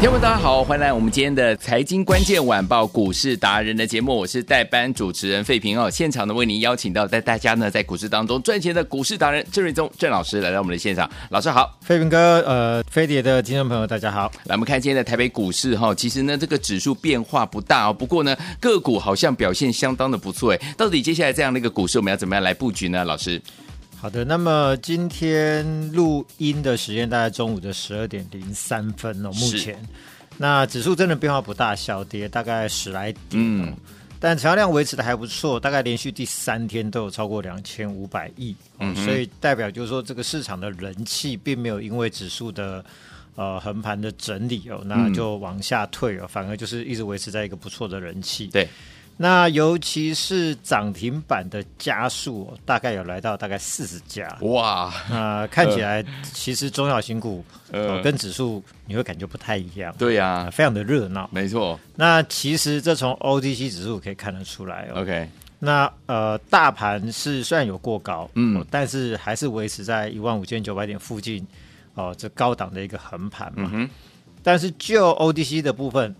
听众朋友大家好，欢迎来我们今天的财经关键晚报股市达人的节目，我是代班主持人费平哦。现场呢为您邀请到带大家呢在股市当中赚钱的股市达人郑瑞宗郑老师来到我们的现场，老师好。飞云哥，呃，飞碟的听众朋友，大家好。来，我们看今天的台北股市哈，其实呢这个指数变化不大哦，不过呢个股好像表现相当的不错哎。到底接下来这样的一个股市，我们要怎么样来布局呢？老师，好的，那么今天录音的时间大概中午的十二点零三分哦，目是前那指数真的变化不大，小跌大概十来点，嗯，但成交量维持的还不错，大概连续第三天都有超过两千五百亿，嗯、所以代表就是说这个市场的人气并没有因为指数的。呃，横盘的整理哦，那就往下退哦，反而就是一直维持在一个不错的人气。对，那尤其是涨停板的家数、哦，大概有来到大概四十家。哦哇，那、看起来其实中小型股、呃呃、跟指数你会感觉不太一样，对呀、啊非常的热闹。没错那其实这从 OTC 指数可以看得出来哦。 ，OK，那呃，大盘是虽然有过高，嗯哦但是还是维持在一万五千九百点附近，哦、这高档的一个横盘嘛。嗯哼但是就 OTC 的部分，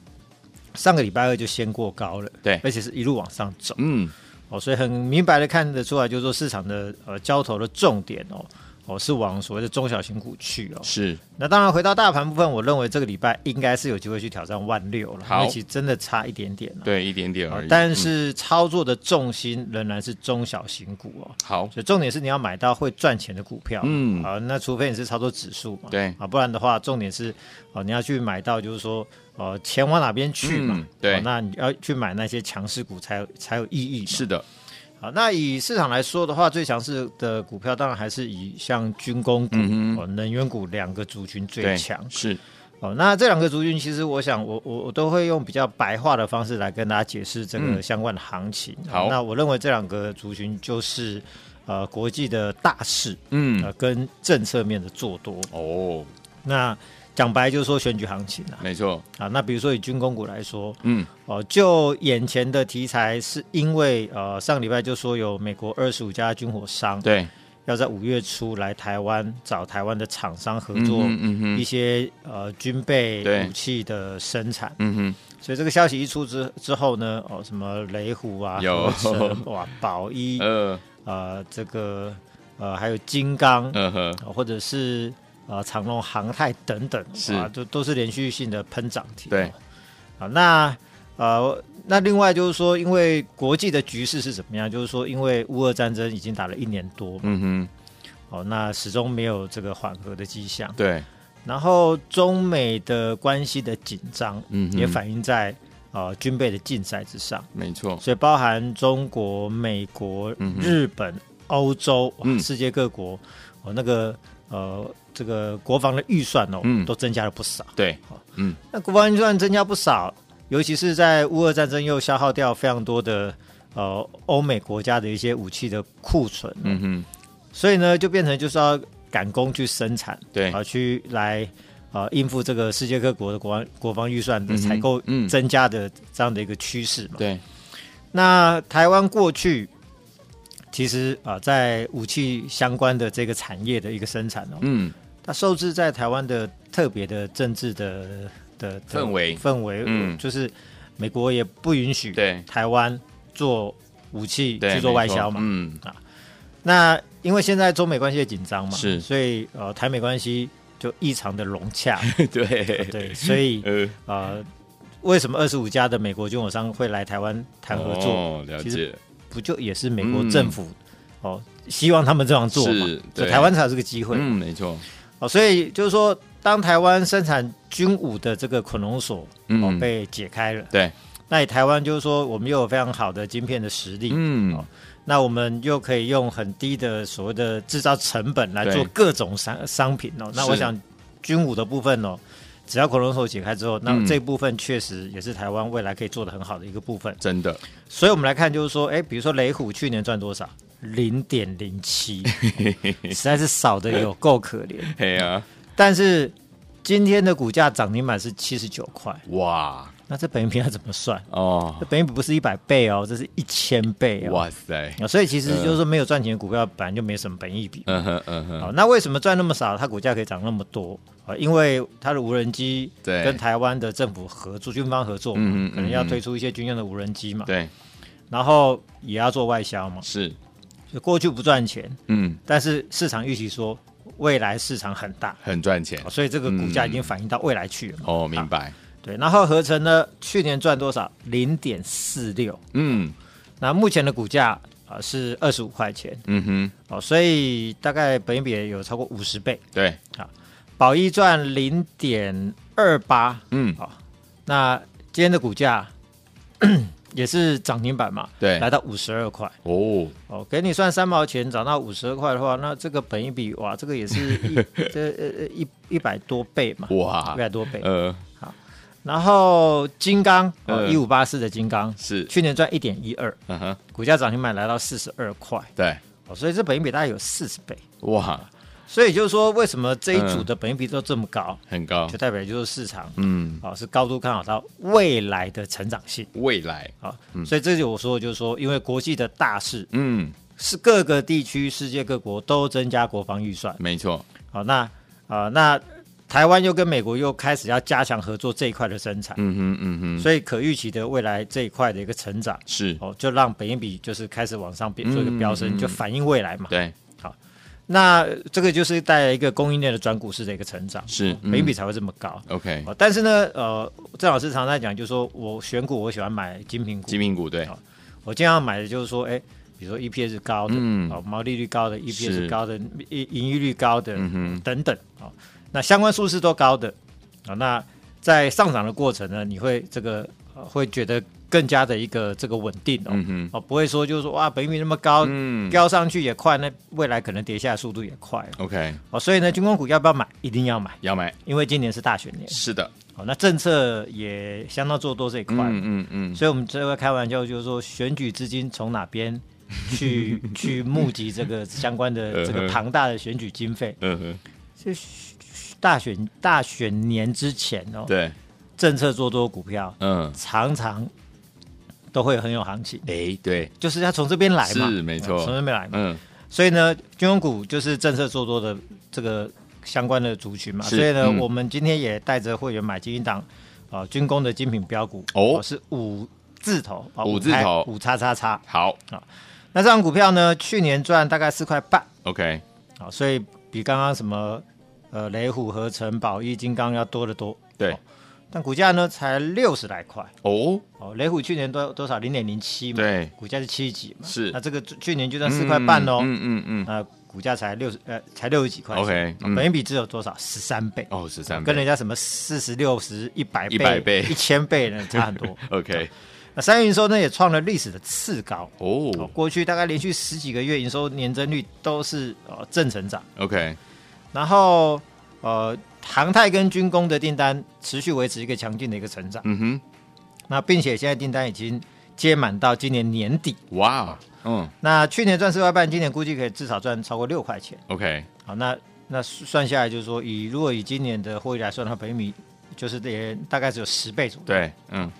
上个礼拜二就先过高了，对而且是一路往上走。嗯，哦，所以很明白的看得出来，就是说市场的呃交投的重点哦，哦是往所谓的中小型股去哦。是那当然回到大盘部分，我认为这个礼拜应该是有机会去挑战万六了，因好为其实真的差一点点了、对一点点哦而已，但嗯、是操作的重心仍然是中小型股哦。好，所以重点是你要买到会赚钱的股票，嗯啊，那除非你是操作指数嘛，对啊，不然的话，重点是哦，你要去买到就是说，呃，钱往哪边去嘛，嗯对哦那你要去买那些强势股才有才有意义嘛，是的，好，那以市场来说的话，最强势的股票当然还是以像军工股、嗯哦、能源股两个族群最对，强。是哦，那这两个族群，其实我想我，我我都会用比较白话的方式来跟大家解释这个嗯相关的行情。好哦那我认为这两个族群就是呃国际的大势，嗯呃跟政策面的做多。哦，那讲白就是说选举行情啊。没错，啊，那比如说以军工股来说，嗯，哦，就眼前的题材，是因为呃上礼拜就说有美国二十五家军火商对，要在五月初来台湾找台湾的厂商合嗯作哼嗯一哼，些、呃军备对武器的生产，嗯哼，所以这个消息一出之之后呢，哦什么雷虎啊，有合成哇宝一 呃呃这个呃还有金刚、呃呵，哦或者是呃长隆航太等等，是啊都都是连续性的喷涨停，对，啊，那呃，那另外就是说，因为国际的局势是怎么样？就是说，因为乌俄战争已经打了一年多嘛，嗯哼，哦，那始终没有这个缓和的迹象。对，然后中美的关系的紧张，嗯哼也反映在呃军备的竞赛之上，没错，所以包含中国、美国、嗯哼日本、欧洲、哇嗯世界各国，哦，那个呃，这个国防的预算哦，嗯都增加了不少。对，嗯，那国防预算增加不少，尤其是在乌俄战争又消耗掉非常多的呃欧美国家的一些武器的库存，哦嗯哼，所以呢就变成就是要赶工去生产，对啊、，去来呃应付这个世界各国的国防国防预算的嗯哼采购嗯增加的这样的一个趋势嘛。对，那台湾过去。其实啊、呃在武器相关的这个产业的一个生产哦，嗯，它受制在台湾的特别的政治的的的氛围氛围，嗯就是美国也不允许对台湾做武器对，去做没外错销嘛。嗯，那因为现在中美关系也紧张嘛，是所以呃台美关系就异常的融洽，对， 对，所以呃，呃为什么二十五家的美国军火商会来台湾谈合作？哦，了其实解，不就也是美国政府、哦希望他们这样做嘛是？所对以台湾才有这个机会。嗯，没错，哦，所以就是说，当台湾生产军武的这个捆龙锁哦嗯，被解开了，对，那以台湾就是说，我们又有非常好的晶片的实力，嗯哦，那我们又可以用很低的所谓的制造成本来对做各种商商品哦。那我是想军武的部分哦，只要口龙头解开之后，那嗯这部分确实也是台湾未来可以做的很好的一个部分。真的，所以我们来看，就是说，哎，比如说雷虎去年赚多少？零点零 七，实在是少的有够可怜。嘿啊，但是今天的股价涨停板是七十九块，哇那这本益比要怎么算？哦这，本益比不是一百倍哦，这是一千倍哦。哇塞，啊，所以其实就是说没有赚钱的股票本来就没什么本益比。嗯哼嗯哼，好，那为什么赚那么少，它股价可以涨那么多？啊，因为它的无人机对跟台湾的政府合作，军方合作嘛，嗯嗯嗯可能要嗯推出一些军用的无人机嘛，对，然后也要做外销嘛。是，就过去不赚钱，嗯，但是市场预期说未来市场很大，哦很赚钱所以这个股价嗯已经反映到未来去了嘛。哦，明白，对，然后合成呢，去年赚多少？零点四六。嗯那目前的股价啊、呃是二十五块钱嗯哼，哦，所以大概本益比有超过五十倍。对，宝一赚零点二八，嗯好，那今天的股价 也是涨停板嘛，对来到五十二块。哦，哦，给你算三毛钱涨到五十二块的话，那这个本一比哇，这个也是 一这呃呃一一百多倍嘛，哇一，百多倍。呃，然后金刚哦，嗯一五八四的金刚是，去年赚一点一二，嗯哼，股价涨停板来到四十二块，对，哦，所以这本一比大概有四十倍。哇，所以就是说，为什么这一组嗯的本益比都这么高，很高就，代表就是市场嗯，哦是高度看好它未来的成长性未来，啊、所以这就我说就是说，因为国际的大势嗯，是各个地区、世界各国都增加国防预算。没错，好，那啊、呃那台湾又跟美国又开始要加强合作这一块的生产，嗯哼嗯哼，所以可预期的未来这一块的一个成长，是，哦，就让本益比就是开始往上变，做一个飙嗯升，就反映未来嘛。对，那呃这个就是带来一个供应链的转股式的一个成长，是嗯本益比才会这么高。 ，OK，哦，但是呢，呃，郑老师常在讲，就是说我选股，我喜欢买精品股，金品股对，好我经常买的就是说，哎、比如说 EPS 高的，嗯哦，毛利率高的，EPS 是高的，盈盈利率高的，嗯哼等等，哦，那相关数字都高的，啊、那在上涨的过程呢，你会这个、呃会觉得更加的一个这个稳定哦，嗯哼哦，不会说就是说哇，本益比那么高，嗯飙上去也快，那未来可能跌下来速度也快哦，OK，哦，所以呢，军工股要不要买？一定要买，要买，因为今年是大选年，是的，哦，那政策也相当做多这一块嘛，嗯嗯所以我们这会开玩笑，就是说选举资金从哪边 去去募集这个相关的嗯这个哼庞大的选举经费？嗯哼，是选大选大选年之前哦，对，政策做多股票嗯，常常都会很有行情，哎，对，就是要从这边来嘛，是没错从这边来嘛。嗯所以呢，军工股就是政策做多的这个相关的族群嘛。是所以呢，嗯我们今天也带着会员买基金档啊、呃军工的精品标股哦是五字头啊、五字头五叉叉叉。好那这张股票呢，去年赚大概四块半，OK，啊、所以比刚刚什么呃雷虎、合成、宝益、金刚要多得多。对，但股价呢才六十来块哦，哦，雷虎去年多多少零点零七嘛，对股价是七几嘛，是那这个去年就赚四块半哦，嗯嗯嗯嗯那股价才六十呃才六十几块钱哦 OK，嗯本益比只有多少？十三倍哦，十三跟人倍家什么四十六十一百100倍一千倍呢差很 多。 ，OK，那三月营收呢也创了历史的次高。哦哦过去大概连续十几个月营收年增率都是呃正成长， ，OK，然后呃航太跟军工的订单持续维持一个强劲的一个成长，嗯哼，那并且现在订单已经接满到今年年底，哇，嗯那去年赚四块半，今年估计可以至少赚超过六块钱。 ，OK，好，那那算下来就是说，以如果以今年的获利来算的话，本益比就是也大概只有十倍左右。，对，嗯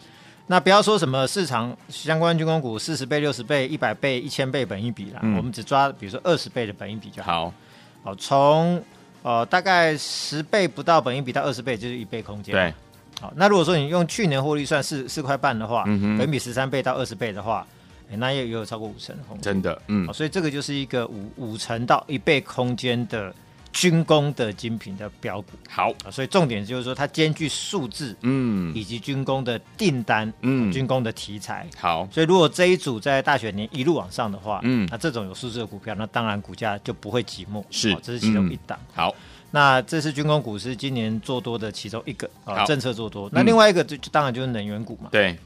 那不要说什么市场相关军工股四十倍、六十倍、一百倍、一千倍本益比啦，嗯我们只抓比如说二十倍的本益比就好。好，好，从呃大概十倍不到本益比到二十倍就是一倍空间。对，，好，那如果说你用去年获利算四四块半的话，嗯哼本益比十三倍到二十倍的话，诶那也也有超过五成的空间。真的，嗯哦，所以这个就是一个五五成到一倍空间的军工的精品的标股好，啊，所以重点就是说它兼具数字嗯以及军工的订单、哦嗯，军工的题材。好，所以如果这一组在大选年一路往上的话，嗯那这种有数字的股票，那当然股价就不会寂寞。是嗯哦这是其中一档。好，那这是军工股是今年做多的其中一个啊、好政策做多。那嗯另外一个就就当然就是能源股嘛。对，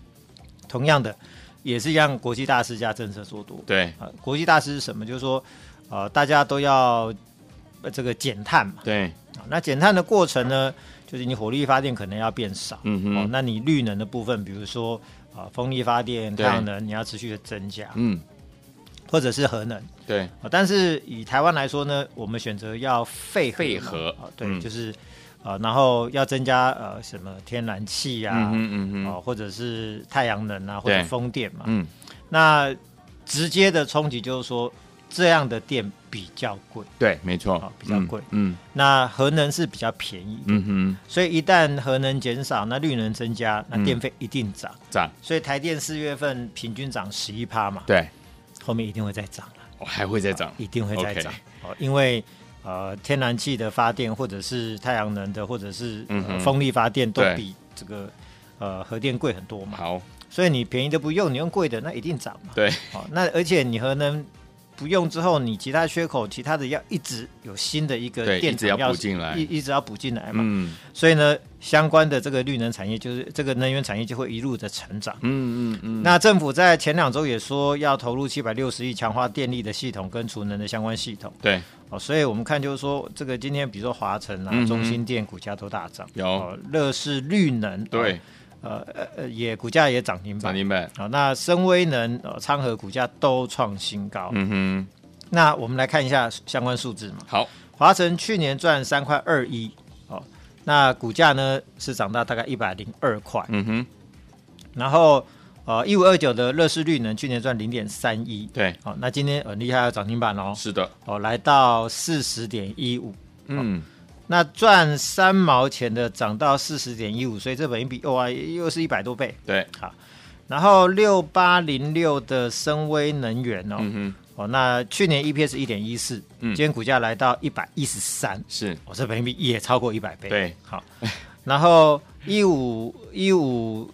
同样的，也是一样，国际大师加政策做多。对啊、国际大师是什么？就是说，呃，大家都要、呃这个减碳嘛。对，啊那减碳的过程呢，就是你火力发电可能要变少，嗯哼哦，那你绿能的部分，比如说啊、风力发电、对太阳能，你要持续的增加，嗯，或者是核能。对，啊，但是以台湾来说呢，我们选择要废核嘛废核啊，对，嗯就是呃，然后要增加呃什么天然气呀、嗯啊，哼嗯哼，或者是太阳能啊，或者对风电嘛。嗯，那直接的冲击就是说，这样的电比较贵，对，没错好，比较贵嗯，那核能是比较便宜，嗯嗯所以一旦核能减少，那绿能增加，那嗯电费一定涨。哼，涨，所以台电四月份平均涨十一趴嘛，对，后面一定会再涨了。我还会再涨，一定会再 OK 涨哦，因为呃，天然气的发电或者是太阳能的，或者是、嗯呃、哼风力发电都对比这个呃核电贵很多嘛，好，所以你便宜的不用，你用贵的那一定涨嘛。对，哦，那而且你核能不用之后，你其他缺口，其他的要一直有新的一个对电一直厂要补进来一一直要补进来嘛。嗯所以呢，相关的这个绿能产业，就是这个能源产业就会一路的成长。嗯嗯嗯，那政府在前两周也说要投入七百六十亿强化电力的系统跟储能的相关系统对，哦，所以我们看就是说，这个今天比如说华晨啊、嗯哼中心电股价都大涨，有哦乐视绿能，对，哦，呃呃也股价也涨停涨板，停板，好、那深威能、呃昌河股价都创新高。嗯那我们来看一下相关数字嘛。哼，好，华晨去年赚三块二一，哦，那股价呢是涨到大概一百零二块。嗯哼，然后呃一五二九的乐视绿能去年赚零点三一，对，好、那今天很厉害的涨停板哦，是的，哦来到四十点一五，嗯，那赚三毛钱的涨到四十点一五，所以这本一比哦啊又是一百多倍。对，然后六八零六的深威能源哦，嗯哼，哦那去年 EPS 一点一四，嗯今天股价来到一百一十三，是，哦这本一比也超过一百倍。对，好，然后一五一五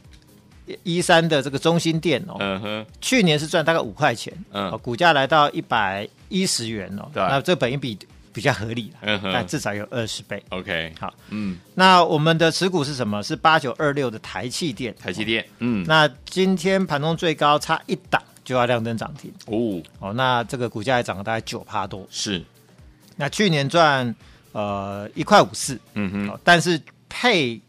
一三的这个中心店哦，嗯哼，去年是赚大概五块钱，嗯哦，股价来到一百一十元哦，对那这本一比比较合理了，嗯哼但至少有二十倍。 ，OK，好，嗯，那我们的持股是什么？是八九二六的台气电，台积电，嗯，那今天盘中最高差一档就要亮灯涨停哦，哦，那这个股价也涨了大概九趴多，是，那去年赚呃一块五四，嗯哼，哦，但是配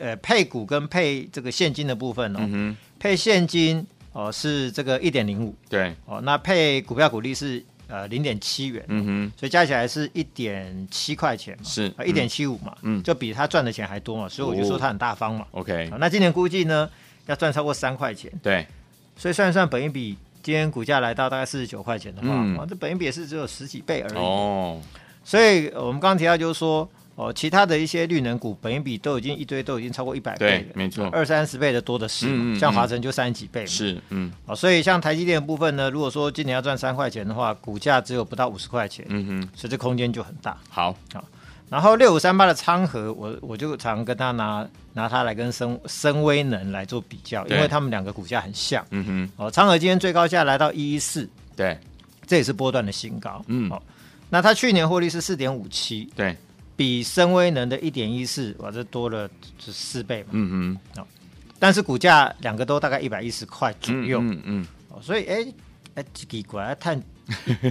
呃配股跟配这个现金的部分哦，嗯哼，配现金哦是这个一点零五。对，哦，那配股票股利是呃零点七元，嗯哼，所以加起来是一点七块钱嘛，呃是一点七五嘛，嗯哦哎就比他赚的钱还多嘛，所以我就说他很大方嘛。 ，OK，好那今年估计呢要赚超过三块钱，对，所以算一算本一比，今天股价来到大概四十九块钱的话，嗯哇，这本一比也是只有十几倍而已。哦，所以呃我们刚刚提到就是说。哦，其他的一些绿能股，本一比都已经一堆，都已经超过一百倍对了，没错二三十倍的多的是嘛，嗯嗯像华嗯晨就三十几倍嘛，是，嗯，哦，所以像台积电的部分呢，如果说今年要赚三块钱的话，股价只有不到五十块钱，嗯哼，所以这空间就很大。好，然后六五三八的昌河，我我就常跟他拿拿它来跟深深威能来做比较，因对为他们两个股价很像。嗯哼，哦，昌河今天最高价来到一一四，对，这也是波段的新高。嗯哦，那它去年获利是四点五七，对，比深威能的一点一四，哇，这多了这四倍嘛。嗯哼，但是股价两个都大概一百一十块左右。嗯嗯，哦，所以哎哎，一奇怪，啊碳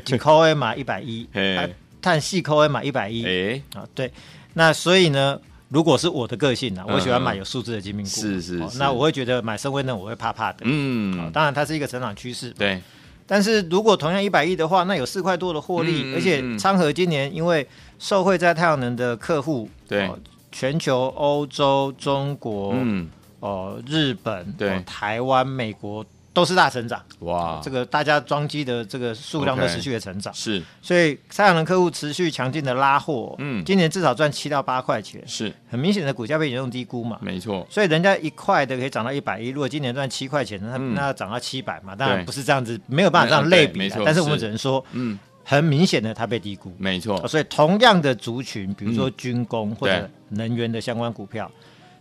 一块的嘛一 百一嘿，啊碳四块的嘛一百一哎，啊，对，那所以呢？如果是我的个性呢、啊，嗯我喜欢买有数字的金品股，是是哦是那我会觉得买深威呢，我会怕怕的。哦嗯，当然它是一个成长趋势，对，但是如果同样一百亿的话，那有四块多的获利，嗯嗯而且昌河今年因为受惠在太阳能的客户，对哦全球、欧洲、中国、嗯，哦、日本、对哦台湾、美国都是大成长，哇，这个大家装机的这个数量都 OK 持续的成长是所以太阳能客户持续强劲的拉货，嗯今年至少赚七到八块钱，是，很明显的股价被严重低估嘛，没错，所以人家一块的可以涨到一百一，如果今年赚七块钱，那、嗯那要涨到七百嘛，当然对不是这样子，没有办法这样类比没的错，但是我们是只能说，嗯，很明显的它被低估。没哦错，所以同样的族群，比如说军工或者嗯对能源的相关股票，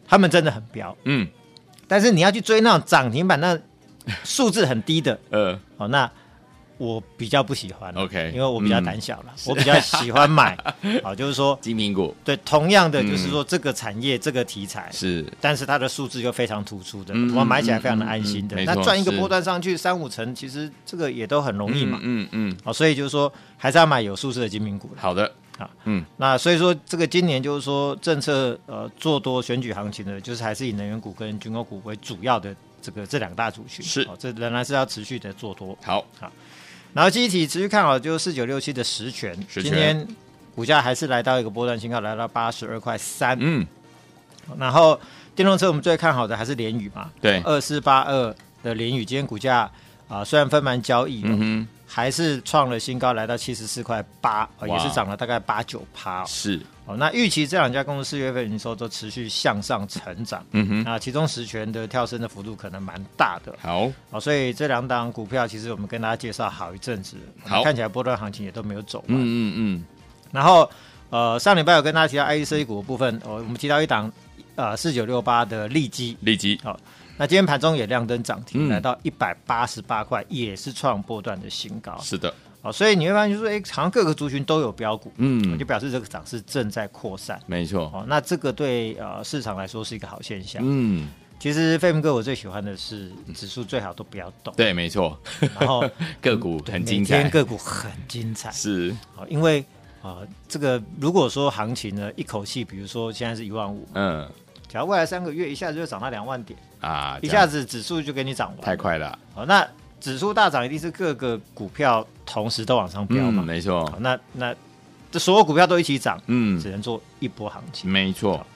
他们真的很彪，嗯， 但是你要去追那种涨停板，那数字很低的，呃，哦，那我比较不喜欢 OK，嗯因为我比较胆小了，我比较喜 欢买，好，就是说，金苹果对，同样的嗯就是说这个产业、这个题材，是但是它的数字又非常突出的，嗯我买起来非常的安心嗯的嗯嗯。没那错赚一个是波段上去三五成，其实这个也都很容易嘛。嗯嗯，哦，所以就是说还是要买有数字的金苹股啦。好的，嗯那所以说这个今年就是说政策呃做多选举行情的，就是还是以能源股跟军工股为主要的这个这两大族群。是哦，这仍然是要持续的做多。好，然后集体持续看好就是四九六七的实权，实权今天股价还是来到一个波段新高，来到八十二块三。嗯，然后电动车我们最看好的还是联宇嘛，对，二四八二的联宇，今天股价啊、虽然分盘交易、哦嗯还是创了新高，来到七十四块八、哦也哇是涨了大概八九趴哼，是，哦。那预期这两家公司四月份营收都持续向上成长，嗯哼，那其中实权的跳升的幅度可能蛮大的好，哦，所以这两档股票其实我们跟大家介绍好一阵子，好看起来波段行情也都没有走完。嗯嗯然后呃，上礼拜有跟大家提到 IEC 股的部分，哦，我们提到一档呃四九六八的利基，嗯，立即，那今天盘中也亮灯涨嗯停，来到一百八十八块，也是创波段的新高。是的，哦，所以你会发现就是，哎，好像各个族群都有标股，嗯就，表示这个涨势正在扩散。没错，哦，那这个对呃市场来说是一个好现象。嗯，其实费明哥我最喜欢的是指数最好都不要动，对，没错，然后个股嗯很精每天彩，个股很精彩。是，哦，因为呃这个如果说行情呢一口气，比如说现在是一万五，嗯只要未来三个月一下子就涨到两万点，啊，一这样下子指数就给你涨完，太快了，哦，那指数大涨一定是各个股票同时都往上飙嗯，嘛？没好错，那那这所有股票都一起涨，嗯只，能做一波行情。没错，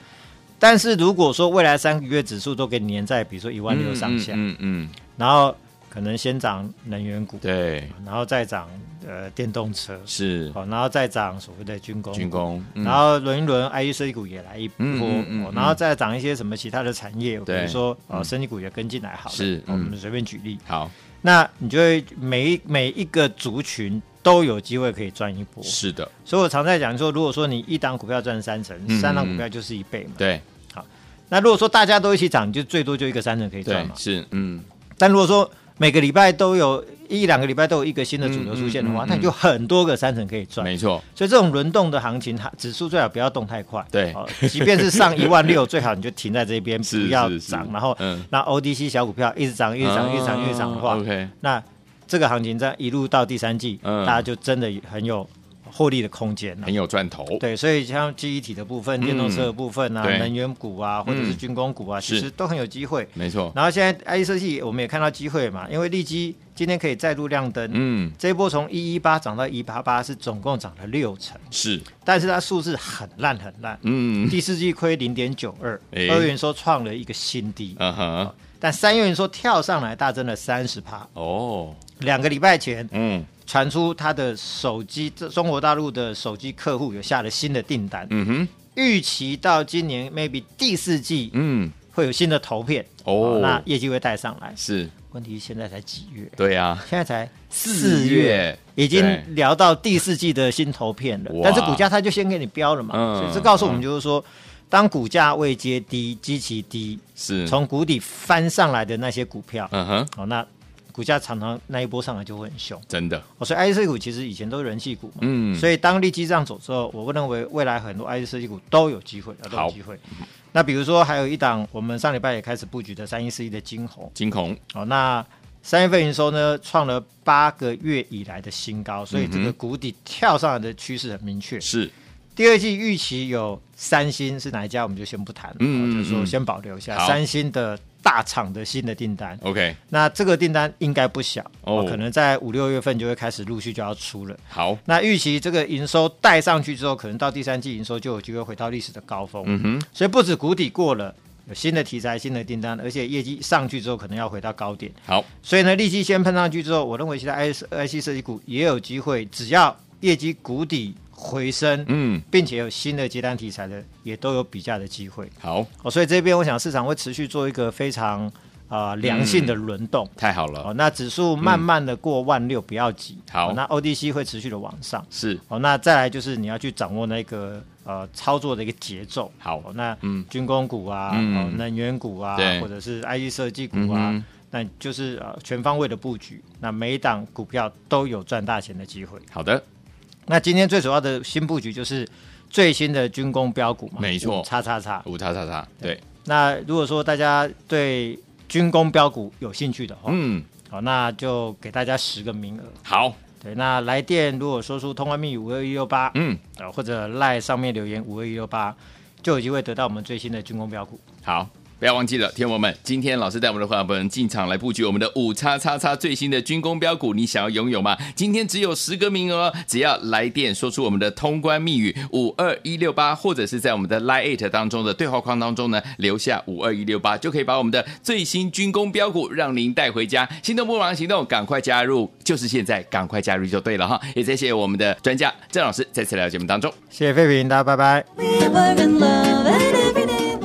但是如果说未来三个月指数都给你粘在，比如说一万六嗯上下，嗯嗯，嗯然后可能先涨能源股，对，然后再涨呃电动车，是哦，然后再涨所谓的军工，军工，嗯然后轮一轮 IEC 股也来一波，嗯嗯嗯哦嗯然后再涨一些什么其他的产业，比对如说嗯呃生技股也跟进来好了，是哦我们嗯随便举例，好，那你就会每一每一个族群都有机会可以赚一波。是的，所以我常在讲说，如果说你一档股票赚三成，嗯三档股票就是一倍嘛。对那如果说大家都一起涨，你就最多就一个三成可以赚对嘛。是，嗯，但如果说每个礼拜都有一两个礼拜都有一个新的主流出现的话，嗯嗯嗯嗯那你就很多个三成可以赚。没错，所以这种轮动的行情，它指数最好不要动太快。对 哦，即便是上一万六，最好你就停在这边，不是要是是涨。然后嗯，啊那 ODC 小股票一直涨，一直涨，一直涨，一直涨的话， ，OK，那这个行情这样一路到第三季，嗯大家就真的很有获利的空间了很。有赚头，对，所以像记忆体的部分、电动车的部分嗯啊、对嗯能源股啊，或者是军工股啊，其实是都很有机会。没错，然后现在 I 设计我们也看到机会嘛，因为利基今天可以再度亮灯，嗯，这一波从一一八涨到一八八，是总共涨了六成，是，但是它数字很烂很烂，嗯，第四季亏零点九二，哎二元说创了一个新低，嗯哼，但三元说跳上来大增了三十趴，哦，两个礼拜前嗯传出他的手机，这中国大陆的手机客户有下了新的订单，嗯哼，预期到今年 maybe 第四季嗯，会有新的投片，哦那业绩会带上来。是，问题现在才几月？对啊，现在才四四月月，已经对聊到第四季的新投片了哇，但是股价它就先给你标了嘛，嗯所以这告诉我们就是说，当股价未接低、基期低，是，从谷底翻上来的那些股票，嗯哼，哦，那股价常常那一波上来就会很凶。真的，哦，所以 IC 股其实以前都是人气股嘛，嗯所以当利基这样走之后，我不认为未来很多 IC 股都有机会，啊都好有机会。那比如说还有一档我们上礼拜也开始布局的三一四一的金红，惊恐，哦，那三月份营收呢创了八个月以来的新高，所以这嗯个哼谷底跳上来的趋势很明确。是，第二季预期有三星是哪一家，我们就先不谈，嗯哦就嗯是说嗯先保留一下好三星的大厂的新的订单。 OK，那这个订单应该不小哦哦，可能在五六月份就会开始陆续就要出了。好，那预期这个营收带上去之后，可能到第三季营收就有机会回到历史的高峰。嗯哼，所以不止谷底过了，有新的题材、新的订单，而且业绩上去之后可能要回到高点。好，所以呢，利基先喷上去之后，我认为其他 I I C 设计股也有机会，只要业绩谷底回升，嗯，并且有新的接单题材的，也都有比价的机会。好，哦，所以这边我想市场会持续做一个非常啊、呃良性的轮动。太嗯好了，哦，那指数慢慢的过万六，不要急。好哦那 ODC 会持续的往上。是，哦，那再来就是你要去掌握那个呃操作的一个节奏。好哦、那嗯军工股啊，嗯哦、能源股啊对，或者是 IE 设计股嗯啊，哼那就是呃全方位的布局，那每一档股票都有赚大钱的机会。好的，那今天最主要的新布局就是最新的军工标股嘛，没错叉叉叉。五叉叉叉，对，那如果说大家对军工标股有兴趣的话，嗯，好，那就给大家十个名额。好，对，那来电如果说出通关密语五二一六八，嗯，啊，或者赖上面留言五二一六八，就有机会得到我们最新的军工标股。好。不要忘记了，天友们，今天老师带我们的伙伴们进场来布局我们的五叉叉叉最新的军工标股，你想要拥有吗？今天只有十个名额，哦只要来电说出我们的通关密语五二一六八，或者是在我们的 Line Eight 当中的对话框当中呢留下五二一六八，就可以把我们的最新军工标股让您带回家。心动不忙行动，赶快加入，就是现在，赶快加入就对了哈。也谢谢我们的专家郑老师再次来到节目当中。谢谢费平，大家拜拜。 We were in love and every day.